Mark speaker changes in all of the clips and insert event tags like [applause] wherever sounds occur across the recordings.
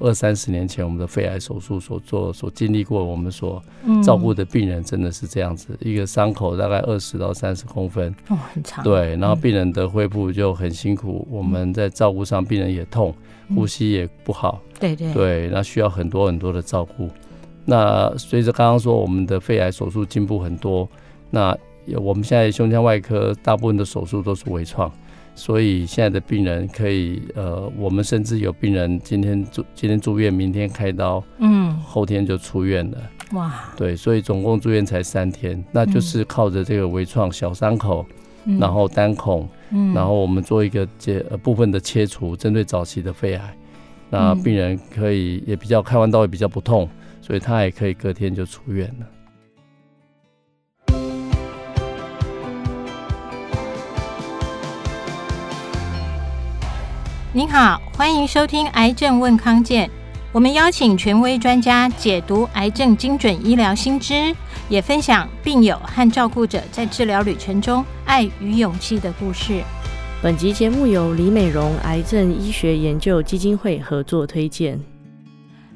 Speaker 1: 二三十年前我们的肺癌手术所做所经历过，我们所
Speaker 2: 嗯
Speaker 1: 照顾的病人真的是这样子，一个伤口大概二十到三十公分，
Speaker 2: 哦，很长，
Speaker 1: 对，然后病人的恢复就很辛苦，我们在照顾上病人也痛，
Speaker 2: 嗯
Speaker 1: 呼吸也不好，
Speaker 2: 对对
Speaker 1: 对，那需要很多很多的照顾。那随着刚刚说我们的肺癌手术进步很多，那我们现在胸腔外科大部分的手术都是微创，所以现在的病人可以呃，我们甚至有病人今天住今天住院，明天开刀，
Speaker 2: 嗯，
Speaker 1: 后天就出院了。
Speaker 2: 哇，
Speaker 1: 对，所以总共住院才三天，那就是靠着这个微创小伤口，
Speaker 2: 嗯
Speaker 1: 然后单孔，
Speaker 2: 嗯
Speaker 1: 然后我们做一个切呃部分的切除，针对早期的肺癌，那
Speaker 2: 嗯
Speaker 1: 病人可以也比较开完刀也比较不痛，所以他也可以隔天就出院了。
Speaker 2: 您好，欢迎收听《癌症问康健》，我们邀请权威专家解读癌症精准医疗新知，也分享病友和照顾者在治疗旅程中爱与勇气的故事。
Speaker 3: 本集节目由李美容癌症医学研究基金会合作推荐。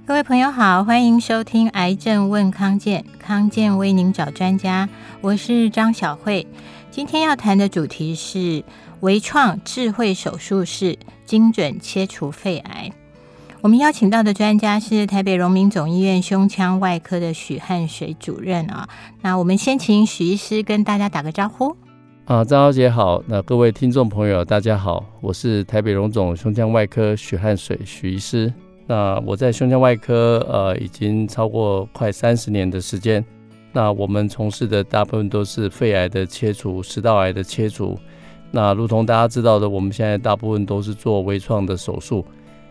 Speaker 2: 各位朋友好，欢迎收听《癌症问康健》，康健为您找专家，我是张晓慧。今天要谈的主题是微创智慧手术室精准切除肺癌。我们邀请到的专家是台北荣民总医院胸腔外科的许汉水主任啊、那我们先请许医师跟大家打个招呼。
Speaker 1: 啊，张小姐好，那各位听众朋友大家好，我是台北荣总胸腔外科许汉水许医师。那我在胸腔外科呃已经超过快三十年的时间。那我们从事的大部分都是肺癌的切除、食道癌的切除。那如同大家知道的，我们现在大部分都是做微创的手术。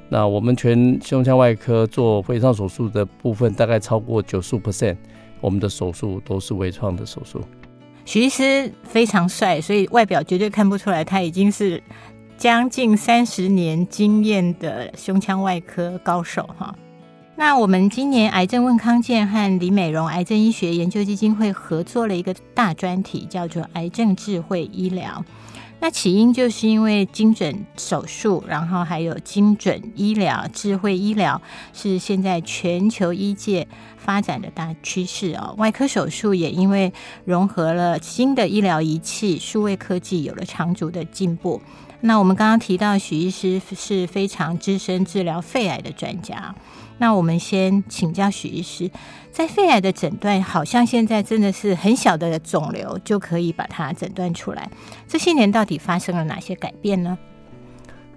Speaker 1: 那我们全胸腔外科做微创手术的部分，大概超过九十 percent，我们的手术都是微创的手术。
Speaker 2: 许医师非常帅，所以外表绝对看不出来他已经是将近三十年经验的胸腔外科高手哈。那我们今年癌症问康健和李美容癌症医学研究基金会合作了一个大专题，叫做“癌症智慧医疗”。那起因就是因为精准手术，然后还有精准医疗、智慧医疗是现在全球医界发展的大趋势哦。外科手术也因为融合了新的医疗仪器、数位科技，有了长足的进步。那我们刚刚提到许医师是非常资深治疗肺癌的专家，那我们先请教许医师，在肺癌的诊断，好像现在真的是很小的肿瘤就可以把它诊断出来，这些年到底发生了哪些改变呢？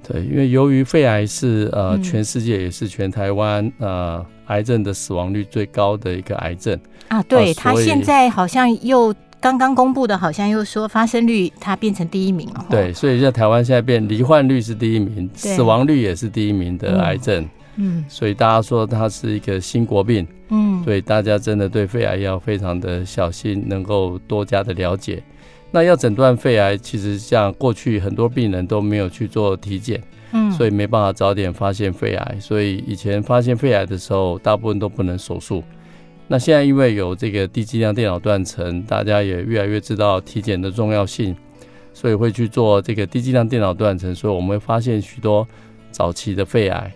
Speaker 1: 对，因为由于肺癌是呃
Speaker 2: 嗯
Speaker 1: 全世界也是全台湾呃癌症的死亡率最高的一个癌症，
Speaker 2: 啊，对，
Speaker 1: 啊
Speaker 2: 他
Speaker 1: 所以
Speaker 2: 现在好像又刚刚公布的，好像又说发生率它变成第一名了。
Speaker 1: 对，，所以在台湾现在变罹患率是第一名，
Speaker 2: 对
Speaker 1: 死亡率也是第一名的癌症，
Speaker 2: 嗯
Speaker 1: 所以大家说它是一个新国病，
Speaker 2: 嗯，
Speaker 1: 所以大家真的对肺癌要非常的小心，能够多加的了解。那要诊断肺癌，其实像过去很多病人都没有去做体检。
Speaker 2: 嗯，
Speaker 1: 所以没办法早点发现肺癌。所以以前发现肺癌的时候，大部分都不能手术。那现在因为有这个低剂量电脑断层，大家也越来越知道体检的重要性，所以会去做这个低剂量电脑断层。所以我们会发现许多早期的肺癌。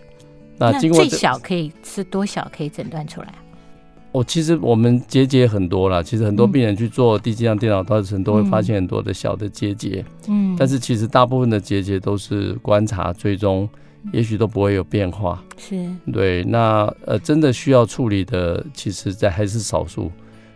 Speaker 1: 那
Speaker 2: 那
Speaker 1: 经过
Speaker 2: 最
Speaker 1: 这
Speaker 2: 小可以是多小可以诊断出来？
Speaker 1: 哦，其实我们结节很多啦，其实很多
Speaker 2: 嗯
Speaker 1: 病人去做低剂量电脑断层都会发
Speaker 2: 嗯
Speaker 1: 现很多的小的结节。
Speaker 2: 嗯
Speaker 1: 但是其实大部分的结节都是观察追踪，也许都不会有变化。
Speaker 2: 嗯是
Speaker 1: 对，那呃，真的需要处理的，其实在还是少数。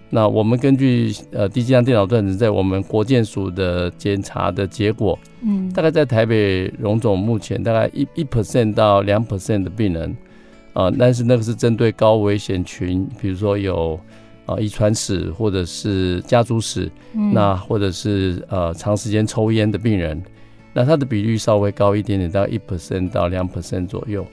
Speaker 1: 那我们根据呃低剂量电脑断层在我们国健署的检查的结果，
Speaker 2: 嗯
Speaker 1: 大概在台北荣总目前大概一一 percent 到两 percent 的病人，啊、但是那个是针对高危险群，比如说有啊遗传史或者是家族史，
Speaker 2: 嗯
Speaker 1: 那或者是呃长时间抽烟的病人，那它的比率稍微高一点点，到一 percent 到两 percent 左右。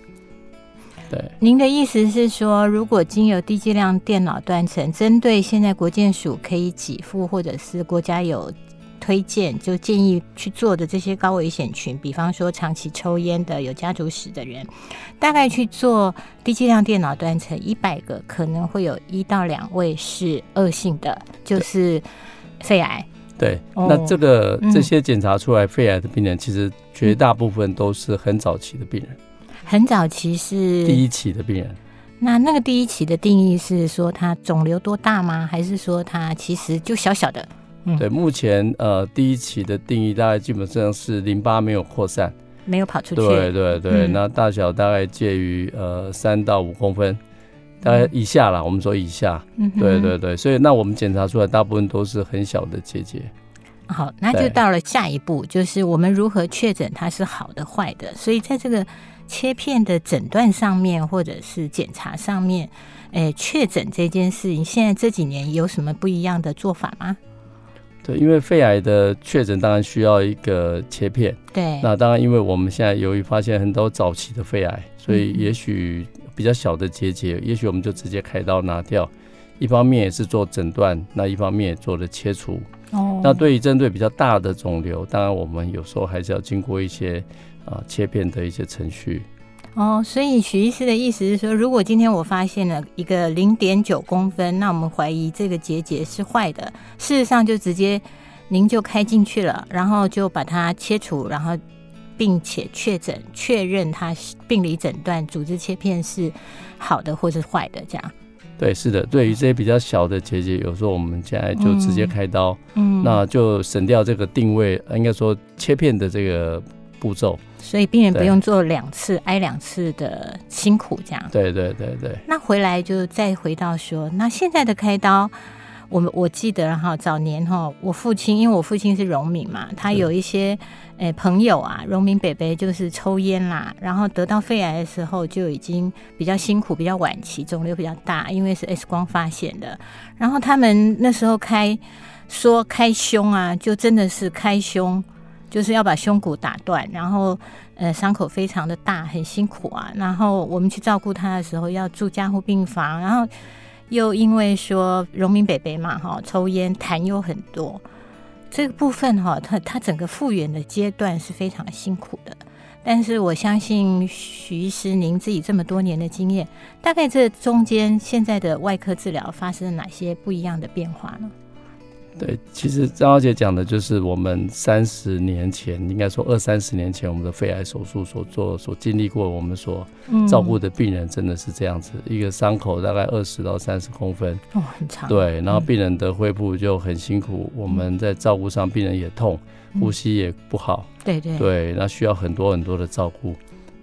Speaker 1: 对，
Speaker 2: 您的意思是说，如果经由低剂量电脑断层，针对现在国健署可以给付，或者是国家有推荐，就建议去做的这些高危险群，比方说长期抽烟的、有家族史的人，大概去做低剂量电脑断层，一百个可能会有一到两位是恶性的，就是肺癌。
Speaker 1: 对，
Speaker 2: 哦
Speaker 1: 那这个
Speaker 2: 嗯
Speaker 1: 这些检查出来肺癌的病人，其实绝大部分都是很早期的病人。
Speaker 2: 很早期是
Speaker 1: 第一期的病人，
Speaker 2: 嗯那那个第一期的定义是说它肿瘤多大吗？还是说它其实就小小的？嗯
Speaker 1: 对，目前呃第一期的定义大概基本上是淋巴没有扩散，
Speaker 2: 没有跑出去。
Speaker 1: 对对对，
Speaker 2: 嗯
Speaker 1: 那大小大概介于呃三到五公分，大概以下啦，我们说以下，
Speaker 2: 嗯哼
Speaker 1: 对对对，所以那我们检查出来大部分都是很小的结节，
Speaker 2: 好，那就
Speaker 1: 对
Speaker 2: 到了下一步，就是我们如何确诊它是好的、坏的。所以在这个切片的诊断上面，或者是检查上面，诶，确诊这件事情，现在这几年有什么不一样的做法吗？
Speaker 1: 对，因为肺癌的确诊当然需要一个切片，
Speaker 2: 对，
Speaker 1: 那当然因为我们现在由于发现很多早期的肺癌，所以
Speaker 2: 嗯
Speaker 1: 也许比较小的结节，也许我们就直接开刀拿掉。一方面也是做诊断，那一方面也做了切除。
Speaker 2: 哦
Speaker 1: 那对于针对比较大的肿瘤，当然我们有时候还是要经过一些啊、切片的一些程序。
Speaker 2: 哦，所以许医师的意思是说，如果今天我发现了一个零点九公分，那我们怀疑这个结节是坏的，事实上就直接您就开进去了，然后就把它切除，然后并且确诊确认它是病理诊断组织切片是好的或是坏的，这样。
Speaker 1: 对，是的，对于这些比较小的结节，有时候我们现在就直接开刀，
Speaker 2: 嗯
Speaker 1: 那就省掉这个定位，呃应该说切片的这个步骤。
Speaker 2: 所以病人不
Speaker 1: 对
Speaker 2: 用做两次挨两次的辛苦，这样。
Speaker 1: 对对对对。
Speaker 2: 那回来就再回到说，那现在的开刀，我们我记得哈，早年哈，我父亲因为我父亲是农民嘛，他有一些诶、呃朋友啊，农民北北就是抽烟啦，然后得到肺癌的时候就已经比较辛苦，比较晚期，肿瘤比较大，因为是 X 光发现的，然后他们那时候开说开胸啊，就真的是开胸。就是要把胸骨打断，然后呃，伤口非常的大，很辛苦啊。然后我们去照顾他的时候，要住加护病房，然后又因为说荣民北北嘛，哈，抽烟痰又很多，这个部分哈，他他整个复原的阶段是非常辛苦的。但是我相信徐医师您自己这么多年的经验，大概这中间现在的外科治疗发生了哪些不一样的变化呢？嗯
Speaker 1: 对，其实张小姐讲的就是我们三十年前，应该说二三十年前，我们的肺癌手术所做、所经历过，我们所
Speaker 2: 嗯
Speaker 1: 照顾的病人真的是这样子，一个伤口大概二十到三十公分，
Speaker 2: 哦，很长，
Speaker 1: 对，然后病人的恢复就很辛苦，我们在照顾上，病人也痛，
Speaker 2: 嗯
Speaker 1: 呼吸也不好，
Speaker 2: 对对
Speaker 1: 对，那需要很多很多的照顾。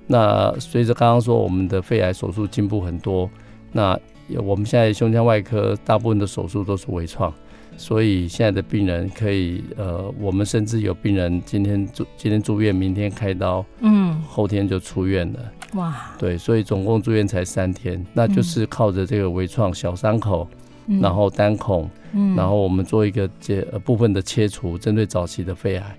Speaker 1: 那随着刚刚说我们的肺癌手术进步很多，那我们现在胸腔外科大部分的手术都是微创，所以现在的病人可以呃，我们甚至有病人今天住今天住院，明天开刀，
Speaker 2: 嗯，
Speaker 1: 后天就出院了。
Speaker 2: 哇，
Speaker 1: 对，所以总共住院才三天，那就是靠着这个微创小伤口，
Speaker 2: 嗯
Speaker 1: 然后单孔，
Speaker 2: 嗯
Speaker 1: 然后我们做一个切呃部分的切除，针对早期的肺癌，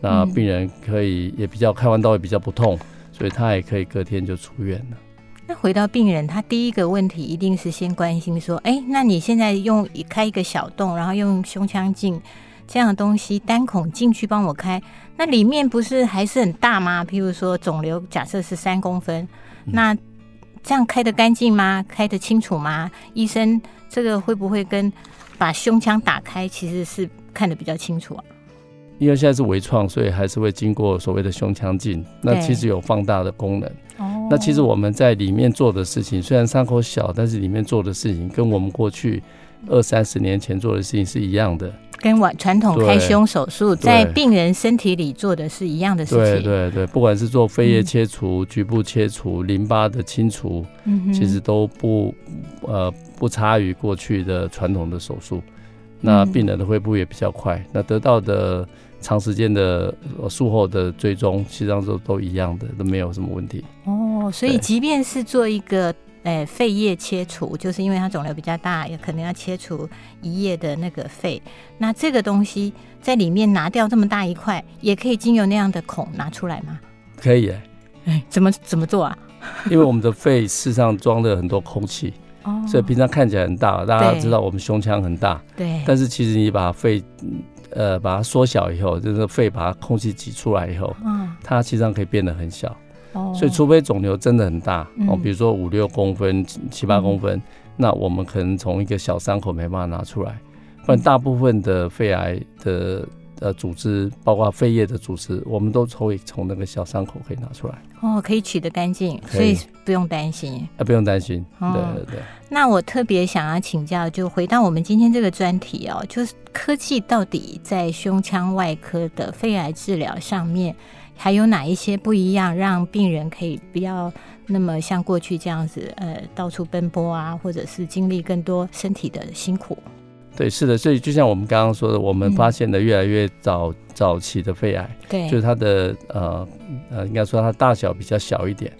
Speaker 1: 那
Speaker 2: 嗯
Speaker 1: 病人可以也比较开完刀也比较不痛，所以他也可以隔天就出院了。
Speaker 2: 那回到病人，他第一个问题一定是先关心说，哎、那你现在用开一个小洞，然后用胸腔镜这样的东西单孔进去帮我开，那里面不是还是很大吗？譬如说肿瘤假设是三公分，
Speaker 1: 嗯
Speaker 2: 那这样开得干净吗？开得清楚吗？医生这个会不会跟把胸腔打开其实是看得比较清楚啊？
Speaker 1: 因为现在是微创，所以还是会经过所谓的胸腔镜，那
Speaker 2: 对
Speaker 1: 其实有放大的功能。
Speaker 2: 哦
Speaker 1: 那其实我们在里面做的事情，虽然伤口小，但是里面做的事情跟我们过去二三十年前做的事情是一样的。
Speaker 2: 跟我传统
Speaker 1: 对
Speaker 2: 开胸手术
Speaker 1: 对
Speaker 2: 在病人身体里做的是一样的事
Speaker 1: 对
Speaker 2: 情，
Speaker 1: 对对，不管是做肺叶
Speaker 2: 嗯
Speaker 1: 切除、局部切除、淋巴的清除，
Speaker 2: 嗯哼
Speaker 1: 其实都不呃不差于过去的传统的手术。那
Speaker 2: 嗯
Speaker 1: 病人的恢复也比较快，那得到的长时间的呃术后的追踪，其实上都都一样的，都没有什么问题。
Speaker 2: 哦，所以
Speaker 1: 对
Speaker 2: 即便是做一个呃肺叶切除，就是因为它肿瘤比较大，也可能要切除一叶的那个肺，那这个东西在里面拿掉这么大一块，也可以经由那样的孔拿出来吗？
Speaker 1: 可
Speaker 2: [laughs]
Speaker 1: 以耶，
Speaker 2: 哎怎么怎么做啊？
Speaker 1: 因为我们的肺事实上装了很多空气，
Speaker 2: 哦
Speaker 1: 所以平常看起来很大，大家
Speaker 2: 对
Speaker 1: 知道我们胸腔很大，
Speaker 2: 对，
Speaker 1: 但是其实你把肺嗯呃把它缩小以后，就是肺把它空气挤出来以后，
Speaker 2: 嗯，
Speaker 1: 它其实上可以变得很小。
Speaker 2: 哦
Speaker 1: 所以，除非肿瘤真的很大
Speaker 2: 嗯
Speaker 1: 哦，比如说五六公分、七七八
Speaker 2: 嗯
Speaker 1: 公分，那我们可能从一个小伤口没办法拿出来，不然大部分的肺癌的呃组织，包括肺叶的组织，我们都从从那个小伤口可以拿出来，
Speaker 2: 哦，可以取得干净，
Speaker 1: 可
Speaker 2: 所
Speaker 1: 以
Speaker 2: 以不用担心。
Speaker 1: 啊，不用担心。
Speaker 2: 哦
Speaker 1: 对对对，
Speaker 2: 那我特别想要请教，就回到我们今天这个专题哦，就是科技到底在胸腔外科的肺癌治疗上面，还有哪一些不一样，让病人可以不要那么像过去这样子，呃，到处奔波啊，或者是经历更多身体的辛苦？
Speaker 1: 对，是的。所以就像我们刚刚说的，我们
Speaker 2: 嗯
Speaker 1: 发现的越来越早、早期的肺癌，
Speaker 2: 对
Speaker 1: 就是它的呃呃，应该说它大小比较小一点。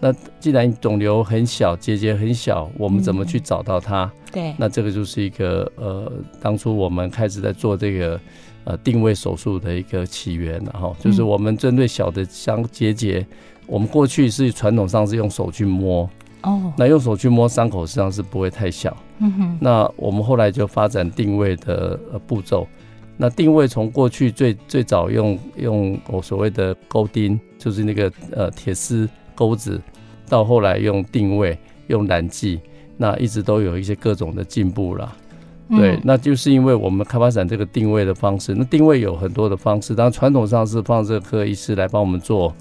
Speaker 1: 那既然肿瘤很小，结节很小，我们怎么去
Speaker 2: 嗯
Speaker 1: 找到它？
Speaker 2: 对，
Speaker 1: 那这个就是一个呃，当初我们开始在做这个呃定位手术的一个起源，然后就是
Speaker 2: 嗯
Speaker 1: 我们针对小的伤结节，我们过去是传统上是用手去摸，
Speaker 2: 哦，
Speaker 1: 那用手去摸伤口实际上是不会太小。
Speaker 2: 嗯哼，
Speaker 1: 那我们后来就发展定位的呃步骤。那定位从过去最最早用用我所谓的钩钉，就是那个呃铁丝钩子，到后来用定位用染剂，那一直都有一些各种的进步啦。对，
Speaker 2: 嗯
Speaker 1: 那就是因为我们开发展这个定位的方式，那定位有很多的方式，当然传统上是放射科医师来帮我们做，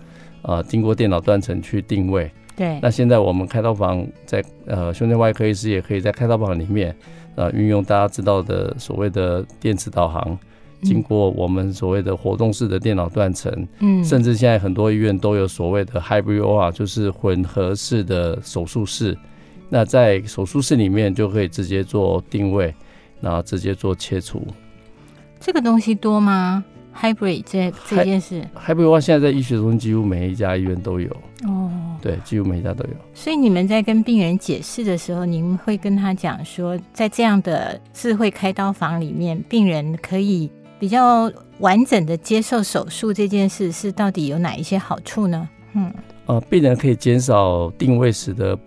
Speaker 1: 呃，经过电脑断层去定位。
Speaker 2: 对，
Speaker 1: 那现在我们开刀房在呃胸腔外科医师也可以在开刀房里面，呃，运用大家知道的所谓的电磁导航，经过我们所谓的活动式的电脑断层，
Speaker 2: 嗯，
Speaker 1: 甚
Speaker 2: 至
Speaker 1: 至现在很多医院都有所谓的 hybrid OR，就是混合式的手术室。那在手术室里面就可以直接做定位，然后直接做切除。
Speaker 2: 这个东西多吗？Hybrid 这这
Speaker 1: 嗨
Speaker 2: 件事
Speaker 1: hybrid OR 现在在医学中几乎每一家医院都有，
Speaker 2: 哦，
Speaker 1: 对，几乎每一家都有。
Speaker 2: 所以你们在跟病人解释的时候，你们会跟他讲说，在这样的智慧开刀房里面，病人可以比较完整的接受手术这件事，是到底有哪一些好处呢？嗯，
Speaker 1: 呃，病人可以减少定位时的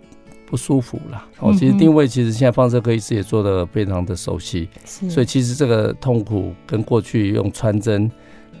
Speaker 1: 不舒服啦。
Speaker 2: 嗯
Speaker 1: 哦，
Speaker 2: 哼
Speaker 1: 其实定位其实现在放射科医师也做的非常的熟悉，
Speaker 2: 是
Speaker 1: 所以其实这个痛苦跟过去用穿针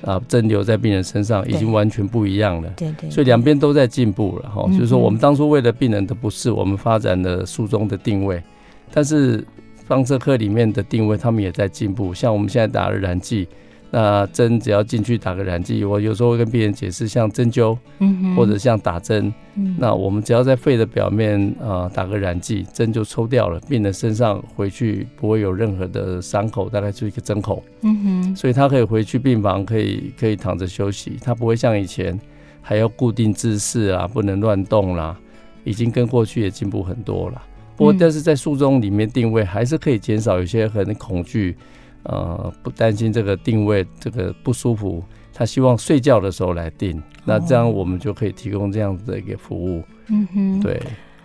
Speaker 1: 啊、针留在病人身上已
Speaker 2: 对
Speaker 1: 经完全不一样了。
Speaker 2: 对对，
Speaker 1: 所以两边都在进步了哈、哦
Speaker 2: 嗯哼
Speaker 1: 就是说我们当初为了病人的不适，我们发展了术中的定位，但是放射科里面的定位他们也在进步。像我们现在打了染剂，那针只要进去打个染剂，我有时候会跟病人解释，像针灸
Speaker 2: 嗯哼
Speaker 1: 或者像打针。
Speaker 2: 嗯
Speaker 1: 那我们只要在肺的表面呃打个染剂，针就抽掉了，病人身上回去不会有任何的伤口，大概就一个针孔，
Speaker 2: 嗯哼
Speaker 1: 所以他可以回去病房，可以可以躺着休息，他不会像以前还要固定姿势啊，不能乱动啦，已经跟过去也进步很多了。不过
Speaker 2: 嗯
Speaker 1: 但是在术中里面定位还是可以减少有些很恐惧，呃，不担心这个定位这个不舒服，他希望睡觉的时候来定，那这样
Speaker 2: 哦
Speaker 1: 我们就可以提供这样子的一个服务。
Speaker 2: 嗯哼，。
Speaker 1: 对，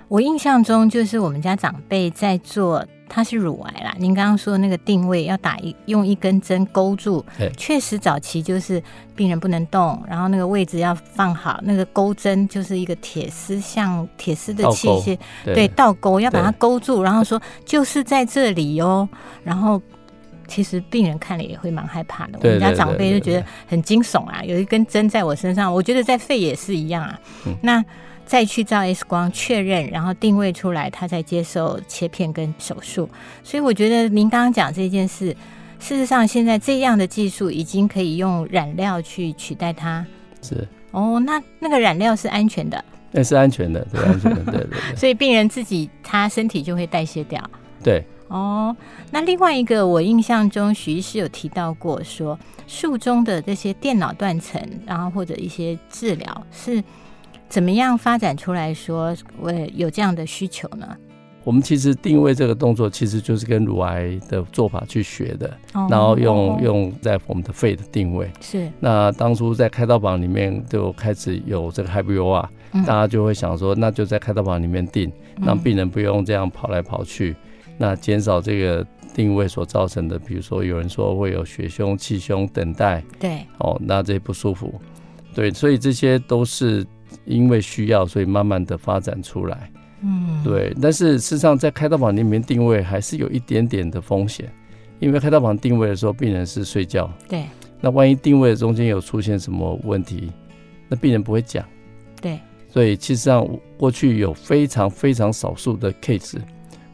Speaker 2: 我印象中就是我们家长辈在做，他是乳癌啦。您刚刚说那个定位要打一用一根针勾住
Speaker 1: 对，
Speaker 2: 确实早期就是病人不能动，然后那个位置要放好，那个勾针就是一个铁丝像铁丝的
Speaker 1: 倒
Speaker 2: 器
Speaker 1: 钩
Speaker 2: 械，对，倒钩要把它
Speaker 1: 对
Speaker 2: 勾住，然后说就是在这里哦，然后。其实病人看了也会蛮害怕的，我
Speaker 1: 对
Speaker 2: 们家
Speaker 1: 对
Speaker 2: 长
Speaker 1: 对
Speaker 2: 辈就
Speaker 1: 对
Speaker 2: 觉得很惊悚啊，有一根针在我身上，我觉得在肺也是一样啊。
Speaker 1: 嗯
Speaker 2: 那再去照 X 光确认，然后定位出来，他才接受切片跟手术。所以我觉得您刚刚讲这件事，事实上现在这样的技术已经可以用染料去取代它。
Speaker 1: 是，
Speaker 2: 哦，那那个染料是安全的，
Speaker 1: 那是安全的，对，安全的，对
Speaker 2: [laughs]
Speaker 1: 对对
Speaker 2: 所以病人自己他身体就会代谢掉。
Speaker 1: 对，
Speaker 2: 哦，那另外一个，我印象中许医师有提到过说，术中的这些电脑断层，然后或者一些治疗是怎么样发展出来说，我有这样的需求呢？
Speaker 1: 我们其实定位这个动作，其实就是跟乳癌的做法去学的，
Speaker 2: 哦
Speaker 1: 然后用用在我们的肺的定位。
Speaker 2: 是
Speaker 1: 那当初在开刀房里面就开始有这个 h y b r i d o r
Speaker 2: 嗯
Speaker 1: 大家就会想说，那就在开刀房里面定，让
Speaker 2: 嗯
Speaker 1: 病人不用这样跑来跑去，那减少这个定位所造成的，比如说有人说会有血胸、气胸、等待，
Speaker 2: 对
Speaker 1: 哦，那这些不舒服，对，所以这些都是因为需要，所以慢慢的发展出来，
Speaker 2: 嗯
Speaker 1: 对。但是事实上，在开刀房里面定位还是有一点点的风险，因为开刀房定位的时候，病人是睡觉，
Speaker 2: 对
Speaker 1: 那万一定位中间有出现什么问题，那病人不会讲，
Speaker 2: 对
Speaker 1: 所以其实上过去有非常非常少数的 case，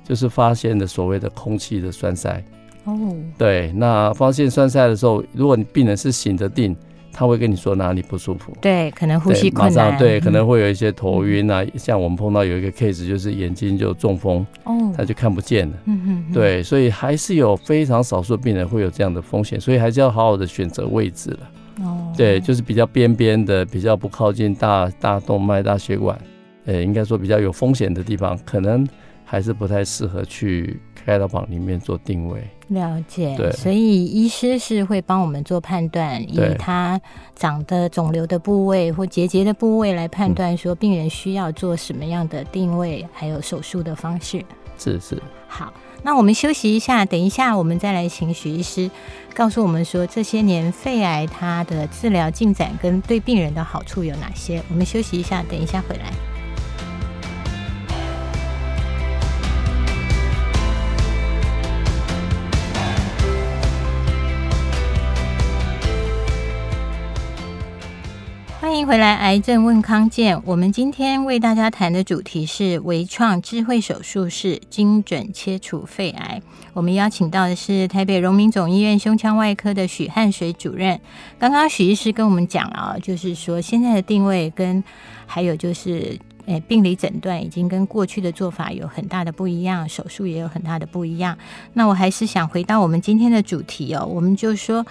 Speaker 1: 就是发现的所谓的空气的栓塞，
Speaker 2: 哦，
Speaker 1: 对，那发现栓塞的时候，如果你病人是醒着定，他会跟你说哪里不舒服，
Speaker 2: 对，可能呼
Speaker 1: 对
Speaker 2: 吸
Speaker 1: 马
Speaker 2: 困难，
Speaker 1: 上对，
Speaker 2: 嗯
Speaker 1: 可能会有一些头晕啊，像我们碰到有一个 case 就是眼睛就中风，
Speaker 2: 哦，
Speaker 1: 他就看不见了。
Speaker 2: 嗯嗯，嗯，
Speaker 1: 对，所以还是有非常少数的病人会有这样的风险，所以还是要好好的选择位置了。
Speaker 2: 哦，
Speaker 1: 对，就是比较边边的，比较不靠近大大动脉、大血管，呃，应该说比较有风险的地方，可能还是不太适合去开刀房里面做定位。
Speaker 2: 了解，
Speaker 1: 对
Speaker 2: 所以医师是会帮我们做判断，以
Speaker 1: 对
Speaker 2: 他长的肿瘤的部位或结节的部位来判断，说病人需要做什么样的定位，还有手术的方式。
Speaker 1: 是是，
Speaker 2: 好，那我们休息一下，等一下我们再来请许医师告诉我们说，这些年肺癌它的治疗进展跟对病人的好处有哪些。我们休息一下，等一下回来。欢迎回来，《癌症问康健》。我们今天为大家谈的主题是微创智慧手术室精准切除肺癌。我们邀请到的是台北荣民总医院胸腔外科的许汉水主任。刚刚许医师跟我们讲啊，就是说现在的定位跟还有就是。诶，病理诊断已经跟过去的做法有很大的不一样，手术也有很大的不一样。那我还是想回到我们今天的主题哦，我们就说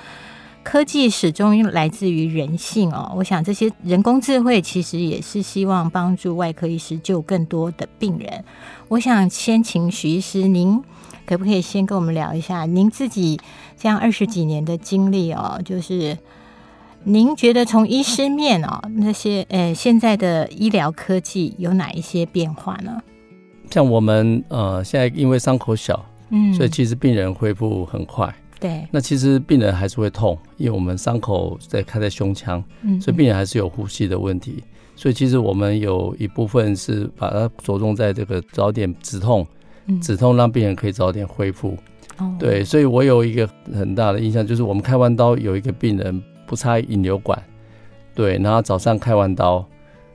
Speaker 2: 科技始终来自于人性哦。我想这些人工智慧其实也是希望帮助外科医师救更多的病人。我想先请许医师，您可不可以先跟我们聊一下您自己这样二十几年的经历哦？就是您觉得从医师面哦，那些呃现在的医疗科技有哪一些变化呢？
Speaker 1: 像我们呃现在因为伤口小，
Speaker 2: 嗯
Speaker 1: 所以其实病人恢复很快。
Speaker 2: 对，
Speaker 1: 那其实病人还是会痛，因为我们伤口在开在胸腔，
Speaker 2: 嗯
Speaker 1: 所以病人还是有呼吸的问题。所以其实我们有一部分是把它着重在这个早点止痛，
Speaker 2: 嗯
Speaker 1: 止痛让病人可以早点恢复。
Speaker 2: 哦
Speaker 1: 对，所以我有一个很大的印象，就是我们开完刀有一个病人不插引流管，对，然后早上开完刀，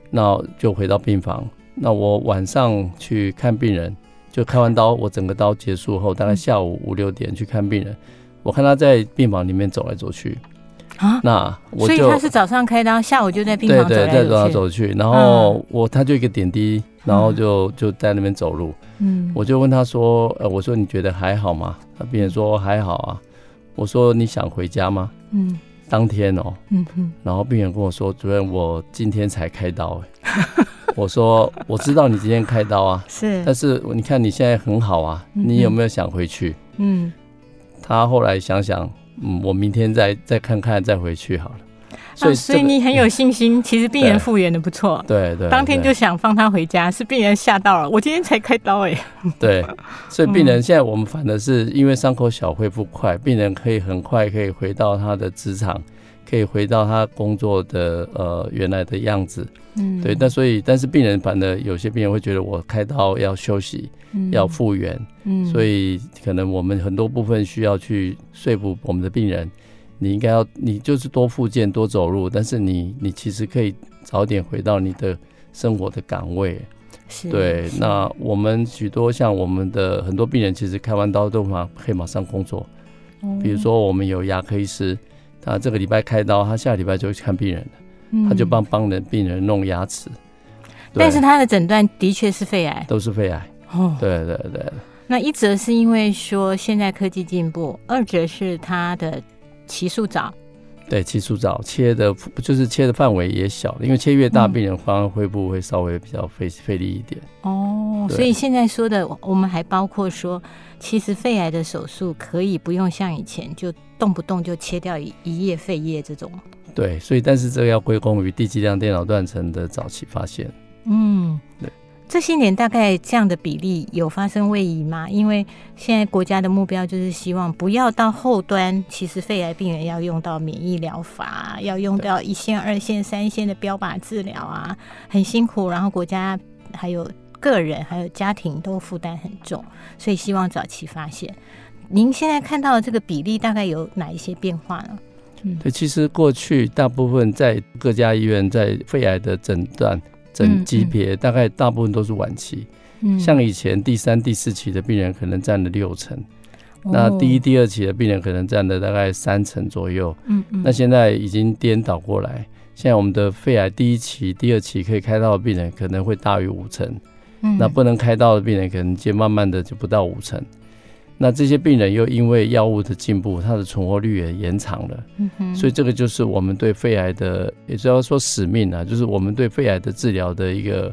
Speaker 1: 那就回到病房，那我晚上去看病人，就开完刀，我整个刀结束后，大概下午五六点去看病人，我看他在病房里面走来走去，
Speaker 2: 啊，
Speaker 1: 那我
Speaker 2: 所以
Speaker 1: 就
Speaker 2: 他是早上开刀，下午就在病
Speaker 1: 对
Speaker 2: 房走
Speaker 1: 对，
Speaker 2: 来嗯
Speaker 1: 在走
Speaker 2: 走
Speaker 1: 来
Speaker 2: 去，
Speaker 1: 走去，然后我他就一个点滴，然后就就在那边走路，
Speaker 2: 嗯，
Speaker 1: 我就问他说：“呃，我说你觉得还好吗？”他病人说：“还好啊。”我说：“你想回家吗
Speaker 2: 嗯？”
Speaker 1: 当天哦，
Speaker 2: 嗯嗯
Speaker 1: 然后病人跟我说：“主任，我今天才开刀。”哎，
Speaker 2: [laughs]
Speaker 1: 我说：“我知道你今天开刀啊，
Speaker 2: 是，
Speaker 1: 但是你看你现在很好啊，
Speaker 2: 嗯嗯哼
Speaker 1: 你有没有想回去
Speaker 2: 嗯，？”
Speaker 1: 他后来想想，嗯，我明天再再看看，再回去好了。
Speaker 2: 啊、
Speaker 1: 这
Speaker 2: 所
Speaker 1: 个
Speaker 2: 以你很有信心。其实病人复原的不 [laughs] 错，
Speaker 1: 对对，
Speaker 2: 当天
Speaker 1: 对
Speaker 2: 就想放他回家，是病人吓到了。我今天才开刀哎、
Speaker 1: [laughs] 对，所以病
Speaker 2: 嗯
Speaker 1: 人现在我们反而是因为伤口小恢复快，病人可以很快可以回到他的职场，可以回到他工作的呃原来的样子。
Speaker 2: 嗯
Speaker 1: 对，但所以但是病人反而有些病人会觉得我开刀要休息，要复原，
Speaker 2: 嗯
Speaker 1: 所以可能我们很多部分需要去说服我们的病人。你应该要，你就是多复健、多走路，但是你你其实可以早点回到你的生活的岗位。
Speaker 2: 是
Speaker 1: 对，
Speaker 2: 是哦
Speaker 1: 那我们许多像我们的很多病人，其实开完刀都马可以马上工作。比如说，我们有牙科医师，他这个礼拜开刀，他下礼拜就去看病人了，他就、帮
Speaker 2: 嗯
Speaker 1: 帮人病人弄牙齿。对
Speaker 2: 但是他的诊断的确是肺癌
Speaker 1: 都是肺癌，
Speaker 2: 哦。
Speaker 1: 对对对，
Speaker 2: 那一则是因为说现在科技进步，二则是他的期数早，
Speaker 1: 对，切除早切的，就是切的范围也小，因为切越大，
Speaker 2: 嗯
Speaker 1: 病人反而恢复会稍微比较费费力一点。
Speaker 2: 哦，
Speaker 1: 对
Speaker 2: 所以现在说的，我们还包括说，其实肺癌的手术可以不用像以前就动不动就切掉一一叶肺叶这种。
Speaker 1: 对，所以但是这个要归功于低剂量电脑断层的早期发现。
Speaker 2: 嗯
Speaker 1: 对，
Speaker 2: 这些年大概这样的比例有发生位移吗？因为现在国家的目标就是希望不要到后端，其实肺癌病人要用到免疫疗法，啊要用到一线、二线、三线的标靶治疗啊，很辛苦。然后国家还有个人还有家庭都负担很重，所以希望早期发现。您现在看到的这个比例大概有哪一些变化呢？
Speaker 1: 对，其实过去大部分在各家医院在肺癌的诊断、诊级别，大概大部分都是晚期。
Speaker 2: 嗯
Speaker 1: 像以前第三、第四期的病人可能占了六成，那
Speaker 2: 哦
Speaker 1: 第一、第二期的病人可能占了大概三成左右。
Speaker 2: 嗯嗯，
Speaker 1: 那现在已经颠倒过来，现在我们的肺癌第一期、第二期可以开刀的病人可能会大于五成，
Speaker 2: 嗯
Speaker 1: 那不能开刀的病人可能就慢慢的就不到五成。那这些病人又因为药物的进步，它的存活率也延长了，
Speaker 2: 嗯哼
Speaker 1: 所以这个就是我们对肺癌的，也是要说使命啊，就是我们对肺癌的治疗的一个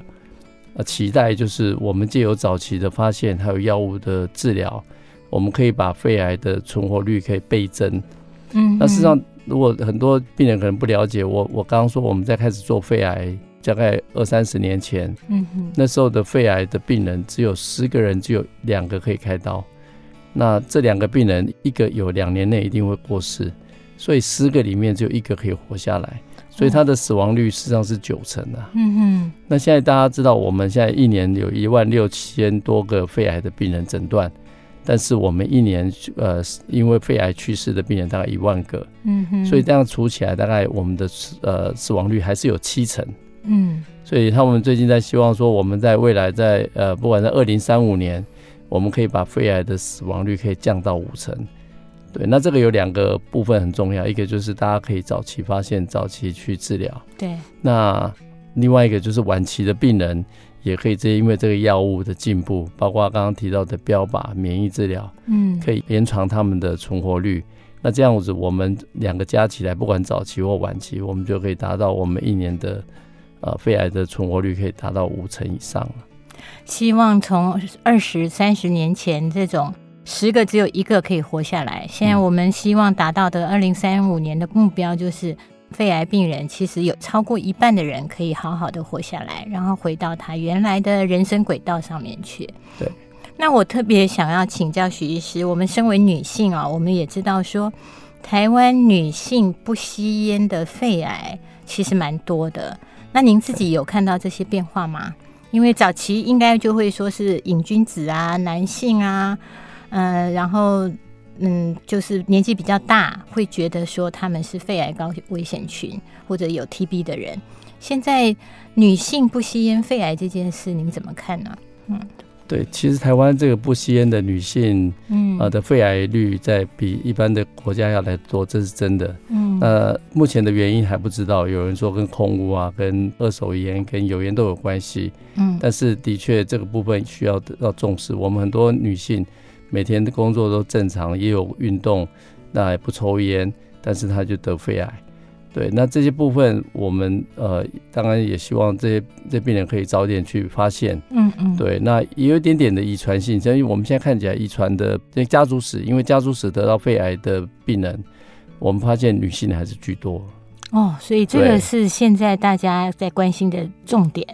Speaker 1: 呃期待，就是我们借由早期的发现，还有药物的治疗，我们可以把肺癌的存活率可以倍增。
Speaker 2: 嗯
Speaker 1: 那事实上
Speaker 2: 哼，
Speaker 1: 如果很多病人可能不了解，我我刚刚说我们在开始做肺癌，大概二三十年前，
Speaker 2: 嗯哼
Speaker 1: 那时候的肺癌的病人只有十个人，只有两个可以开刀。那这两个病人，一个有两年内一定会过世，所以十个里面只有一个可以活下来，所以他的死亡率实际上是九成啊。
Speaker 2: 嗯哼
Speaker 1: 那现在大家知道，我们现在一年有一万六千多个肺癌的病人诊断，但是我们一年呃，因为肺癌去世的病人大概一万个，
Speaker 2: 嗯哼，
Speaker 1: 所以这样除起来，大概我们的死呃死亡率还是有七成。
Speaker 2: 嗯
Speaker 1: 所以他们最近在希望说，我们在未来在呃，不管在二零三五年，我们可以把肺癌的死亡率可以降到五成。对，那这个有两个部分很重要，一个就是大家可以早期发现、早期去治疗。
Speaker 2: 对，
Speaker 1: 那另外一个就是晚期的病人也可以这因为这个药物的进步，包括刚刚提到的标靶、免疫治疗，
Speaker 2: 嗯
Speaker 1: 可以延长他们的存活率。那这样子，我们两个加起来，不管早期或晚期，我们就可以达到我们一年的呃肺癌的存活率可以达到五成以上了。
Speaker 2: 希望从二十三十年前这种十个只有一个可以活下来，现在
Speaker 1: 嗯
Speaker 2: 我们希望达到的二零三五年的目标就是。肺癌病人其实有超过一半的人可以好好的活下来，然后回到他原来的人生轨道上面去。
Speaker 1: 对。
Speaker 2: 那我特别想要请教许医师，我们身为女性啊、我们也知道说，台湾女性不吸烟的肺癌其实蛮多的。那您自己有看到这些变化吗？因为早期应该就会说是瘾君子啊、男性啊，呃，然后嗯，就是年纪比较大，会觉得说他们是肺癌高危险群或者有 TB 的人。现在女性不吸烟肺癌这件事，您怎么看呢？
Speaker 1: 对，其实台湾这个不吸烟的女性
Speaker 2: 嗯
Speaker 1: 啊的肺癌率，在比一般的国家要来得多，这是真的。
Speaker 2: 嗯
Speaker 1: 那目前的原因还不知道，有人说跟空污啊、跟二手烟、跟油烟都有关系。
Speaker 2: 嗯
Speaker 1: 但是的确这个部分需要要重视。我们很多女性每天的工作都正常，也有运动，那也不抽烟，但是她就得肺癌。对，那这些部分我们呃，当然也希望这些这病人可以早点去发现。
Speaker 2: 嗯嗯，
Speaker 1: 对，那也有一点点的遗传性，所以我们现在看起来遗传的这家族史，因为家族史得到肺癌的病人，我们发现女性还是居多。
Speaker 2: 哦，所以这个
Speaker 1: 对
Speaker 2: 是现在大家在关心的重点。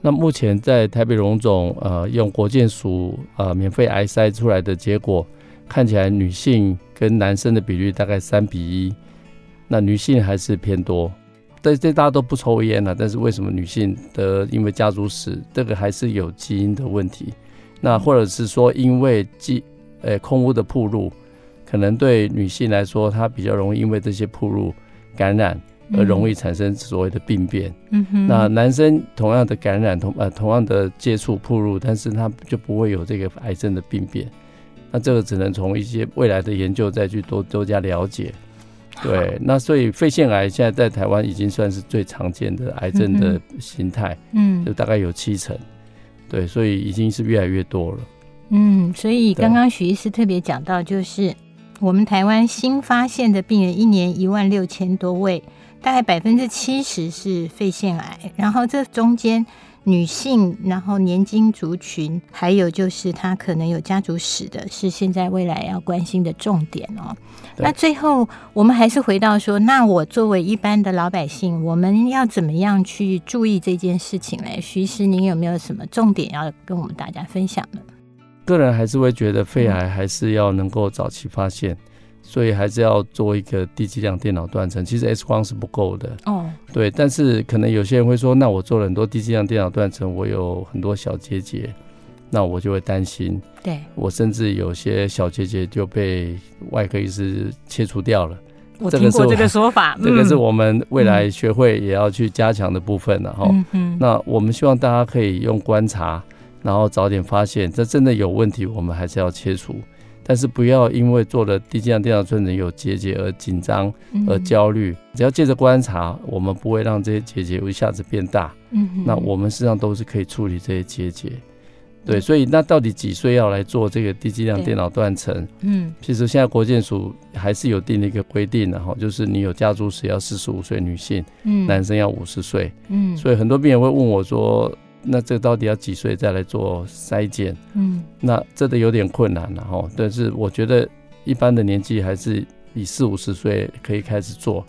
Speaker 1: 那目前在台北荣总，呃，用国健署呃免费癌筛出来的结果，看起来女性跟男生的比率大概三比一，那女性还是偏多。但这大家都不抽烟了、但是为什么女性的因为家族史这个还是有基因的问题？那或者是说因为基呃空污的暴露，可能对女性来说，她比较容易因为这些暴露感染而呃容易产生所谓的病变。
Speaker 2: 嗯哼，
Speaker 1: 那男生同样的感染同呃同样的接触暴露，但是他就不会有这个癌症的病变。那这个只能从一些未来的研究再去多多加了解。对，那所以肺腺癌现在在台湾已经算是最常见的癌症的形态，
Speaker 2: 嗯
Speaker 1: 就大概有七成。对，所以已经是越来越多了。
Speaker 2: 嗯，所以
Speaker 1: 对
Speaker 2: 刚刚许医师特别讲到，就是我们台湾新发现的病人一年一万六千多位，大概百分之七十是肺腺癌，然后这中间女性，然后年金族群，还有就是她可能有家族史的，是现在未来要关心的重点哦。
Speaker 1: 对
Speaker 2: 那最后我们还是回到说，那我作为一般的老百姓，我们要怎么样去注意这件事情嘞？徐医师，您有没有什么重点要跟我们大家分享呢？
Speaker 1: 个人还是会觉得肺癌还是要能够早期发现，所以还是要做一个低剂量电脑断层。其实 X 光是不够的，
Speaker 2: 哦，
Speaker 1: 对，但是可能有些人会说，那我做了很多低剂量电脑断层，我有很多小结节，那我就会担心，
Speaker 2: 对，
Speaker 1: 我甚至有些小结节就被外科医师切除掉了。
Speaker 2: 我
Speaker 1: 这
Speaker 2: 听
Speaker 1: 个是
Speaker 2: 过
Speaker 1: 我
Speaker 2: 这
Speaker 1: [laughs]
Speaker 2: 个说法，
Speaker 1: 这个是
Speaker 2: 嗯
Speaker 1: 我们未来学会也要去加强的部分了哈。
Speaker 2: 嗯哼，
Speaker 1: 哦那我们希望大家可以用观察，然后早点发现，这真的有问题，我们还是要切除。但是不要因为做了低剂量电脑穿层有结节而紧张
Speaker 2: 嗯
Speaker 1: 而焦虑。只要借着观察，我们不会让这些结节一下子变大。
Speaker 2: 嗯哼
Speaker 1: 那我们实际上都是可以处理这些结节。对，所以那到底几岁要来做这个低剂量
Speaker 2: 嗯对
Speaker 1: 电脑断层？
Speaker 2: 嗯
Speaker 1: 其实现在国健署还是有定了一个规定啊的哈，就是你有家族史要四十五岁女性，
Speaker 2: 嗯
Speaker 1: 男生要五十岁。
Speaker 2: 嗯
Speaker 1: 所以很多病人会问我说，那这到底要几岁再来做筛检？
Speaker 2: 嗯
Speaker 1: 那真的有点困难了哈。但是我觉得一般的年纪还是以四五十岁可以开始做，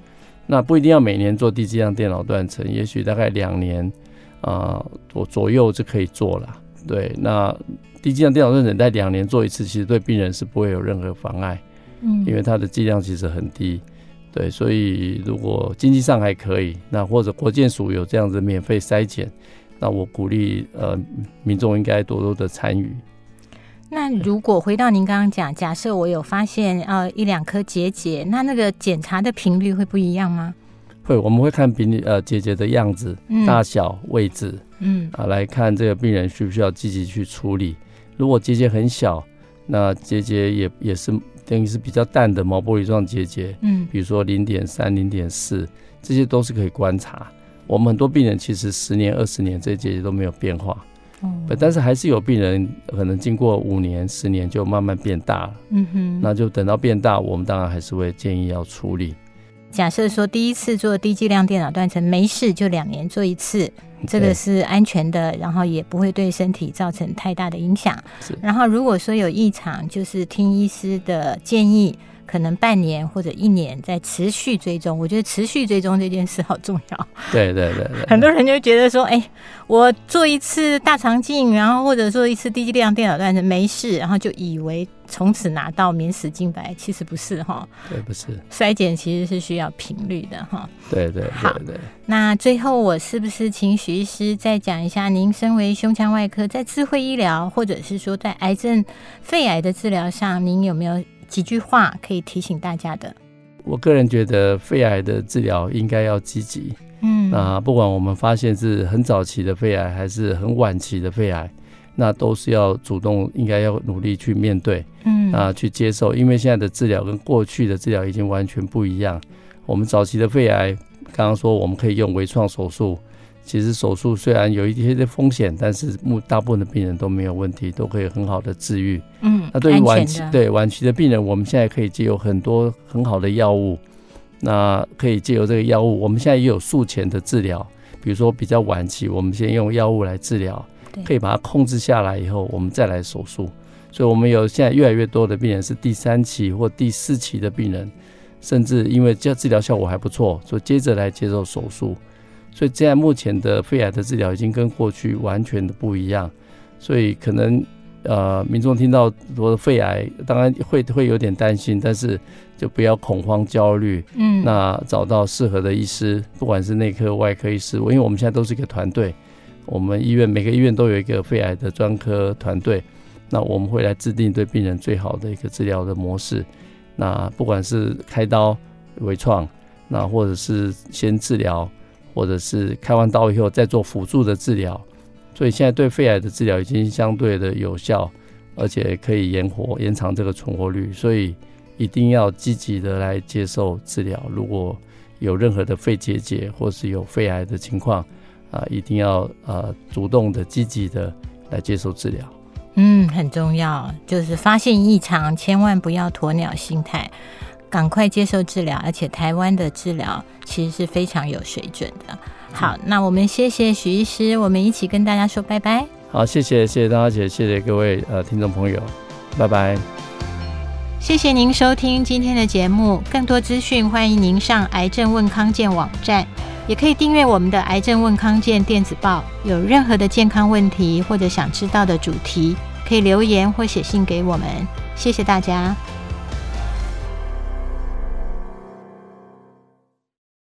Speaker 1: 那不一定要每年做低剂量电脑断层，也许大概两年啊左、左右就可以做了。对，那低剂量电脑断层在两年做一次，其实对病人是不会有任何妨碍，
Speaker 2: 嗯
Speaker 1: 因为它的剂量其实很低。对，所以如果经济上还可以，那或者国健署有这样子免费筛检，那我鼓励呃民众应该多多的参与。
Speaker 2: 那如果回到您刚刚讲，假设我有发现呃一两颗结节，那那个检查的频率会不一样吗？
Speaker 1: 会，我们会看病例呃结节的样子、
Speaker 2: 嗯
Speaker 1: 大小、位置
Speaker 2: 嗯
Speaker 1: 啊，来看这个病人需不需要积极去处理。如果结节很小，那结节也也是等于是比较淡的毛玻璃状结节，
Speaker 2: 嗯
Speaker 1: 比如说零点三、零点四，这些都是可以观察。我们很多病人其实十年、二十年这些结节都没有变化，
Speaker 2: 哦
Speaker 1: 但是还是有病人可能经过五年、十年就慢慢变大了。
Speaker 2: 嗯哼，
Speaker 1: 那就等到变大，我们当然还是会建议要处理。
Speaker 2: 假设说第一次做低剂量电脑断层没事，就两年做一次，这个
Speaker 1: 对
Speaker 2: 是安全的，然后也不会对身体造成太大的影响
Speaker 1: 是。
Speaker 2: 然后如果说有异常，就是听医师的建议，可能半年或者一年再持续追踪。我觉得持续追踪这件事好重要，
Speaker 1: 对对对对。
Speaker 2: 很多人就觉得说，哎，我做一次大肠镜，然后或者做一次低剂量电脑断层没事，然后就以为从此拿到免死金牌，其实不是哈。
Speaker 1: 对，不是，
Speaker 2: 筛检其实是需要频率的哈。
Speaker 1: 对对
Speaker 2: 好
Speaker 1: 对对。
Speaker 2: 那最后，我是不是请许医师再讲一下，您身为胸腔外科，在智慧医疗，或者是说在癌症、肺癌的治疗上，您有没有几句话可以提醒大家的？
Speaker 1: 我个人觉得肺癌的治疗应该要积极，
Speaker 2: 嗯
Speaker 1: 那不管我们发现是很早期的肺癌还是很晚期的肺癌，那都是要主动，应该要努力去面对
Speaker 2: 嗯
Speaker 1: 啊，去接受，因为现在的治疗跟过去的治疗已经完全不一样。我们早期的肺癌，刚刚说我们可以用微创手术，其实手术虽然有一些的风险，但是目大部分的病人都没有问题，都可以很好的治愈。
Speaker 2: 嗯
Speaker 1: 那对于晚期
Speaker 2: 安全的
Speaker 1: 对晚期的病人，我们现在可以借由很多很好的药物，那可以借由这个药物，我们现在也有术前的治疗，比如说比较晚期，我们先用药物来治疗
Speaker 2: 对，
Speaker 1: 可以把它控制下来以后，我们再来手术。所以，我们有现在越来越多的病人是第三期或第四期的病人，甚至因为这治疗效果还不错，所以接着来接受手术。所以，现在目前的肺癌的治疗已经跟过去完全的不一样，所以可能呃，民众听到我的肺癌，当然会会有点担心，但是就不要恐慌焦虑。
Speaker 2: 嗯
Speaker 1: 那找到适合的医师，不管是内科、外科医师，因为我们现在都是一个团队，我们医院每个医院都有一个肺癌的专科团队，那我们会来制定对病人最好的一个治疗的模式。那不管是开刀、微创，那或者是先治疗，或者是开完刀以后再做辅助的治疗，所以现在对肺癌的治疗已经相对的有效，而且可以延活延长这个存活率，所以一定要积极的来接受治疗。如果有任何的肺结节或是有肺癌的情况，啊、一定要呃主动的、积极的来接受治疗。
Speaker 2: 嗯，很重要，就是发现异常，千万不要鸵鸟心态，赶快接受治疗。而且台湾的治疗其实是非常有水准的。好，那我们谢谢许医师，我们一起跟大家说拜拜。
Speaker 1: 好，谢谢谢谢大家姐，谢谢各位呃听众朋友，拜拜。
Speaker 2: 谢谢您收听今天的节目，更多资讯欢迎您上癌症问康健网站，也可以订阅我们的癌症问康健电子报。有任何的健康问题或者想知道的主题，可以留言或写信给我们。谢谢大家。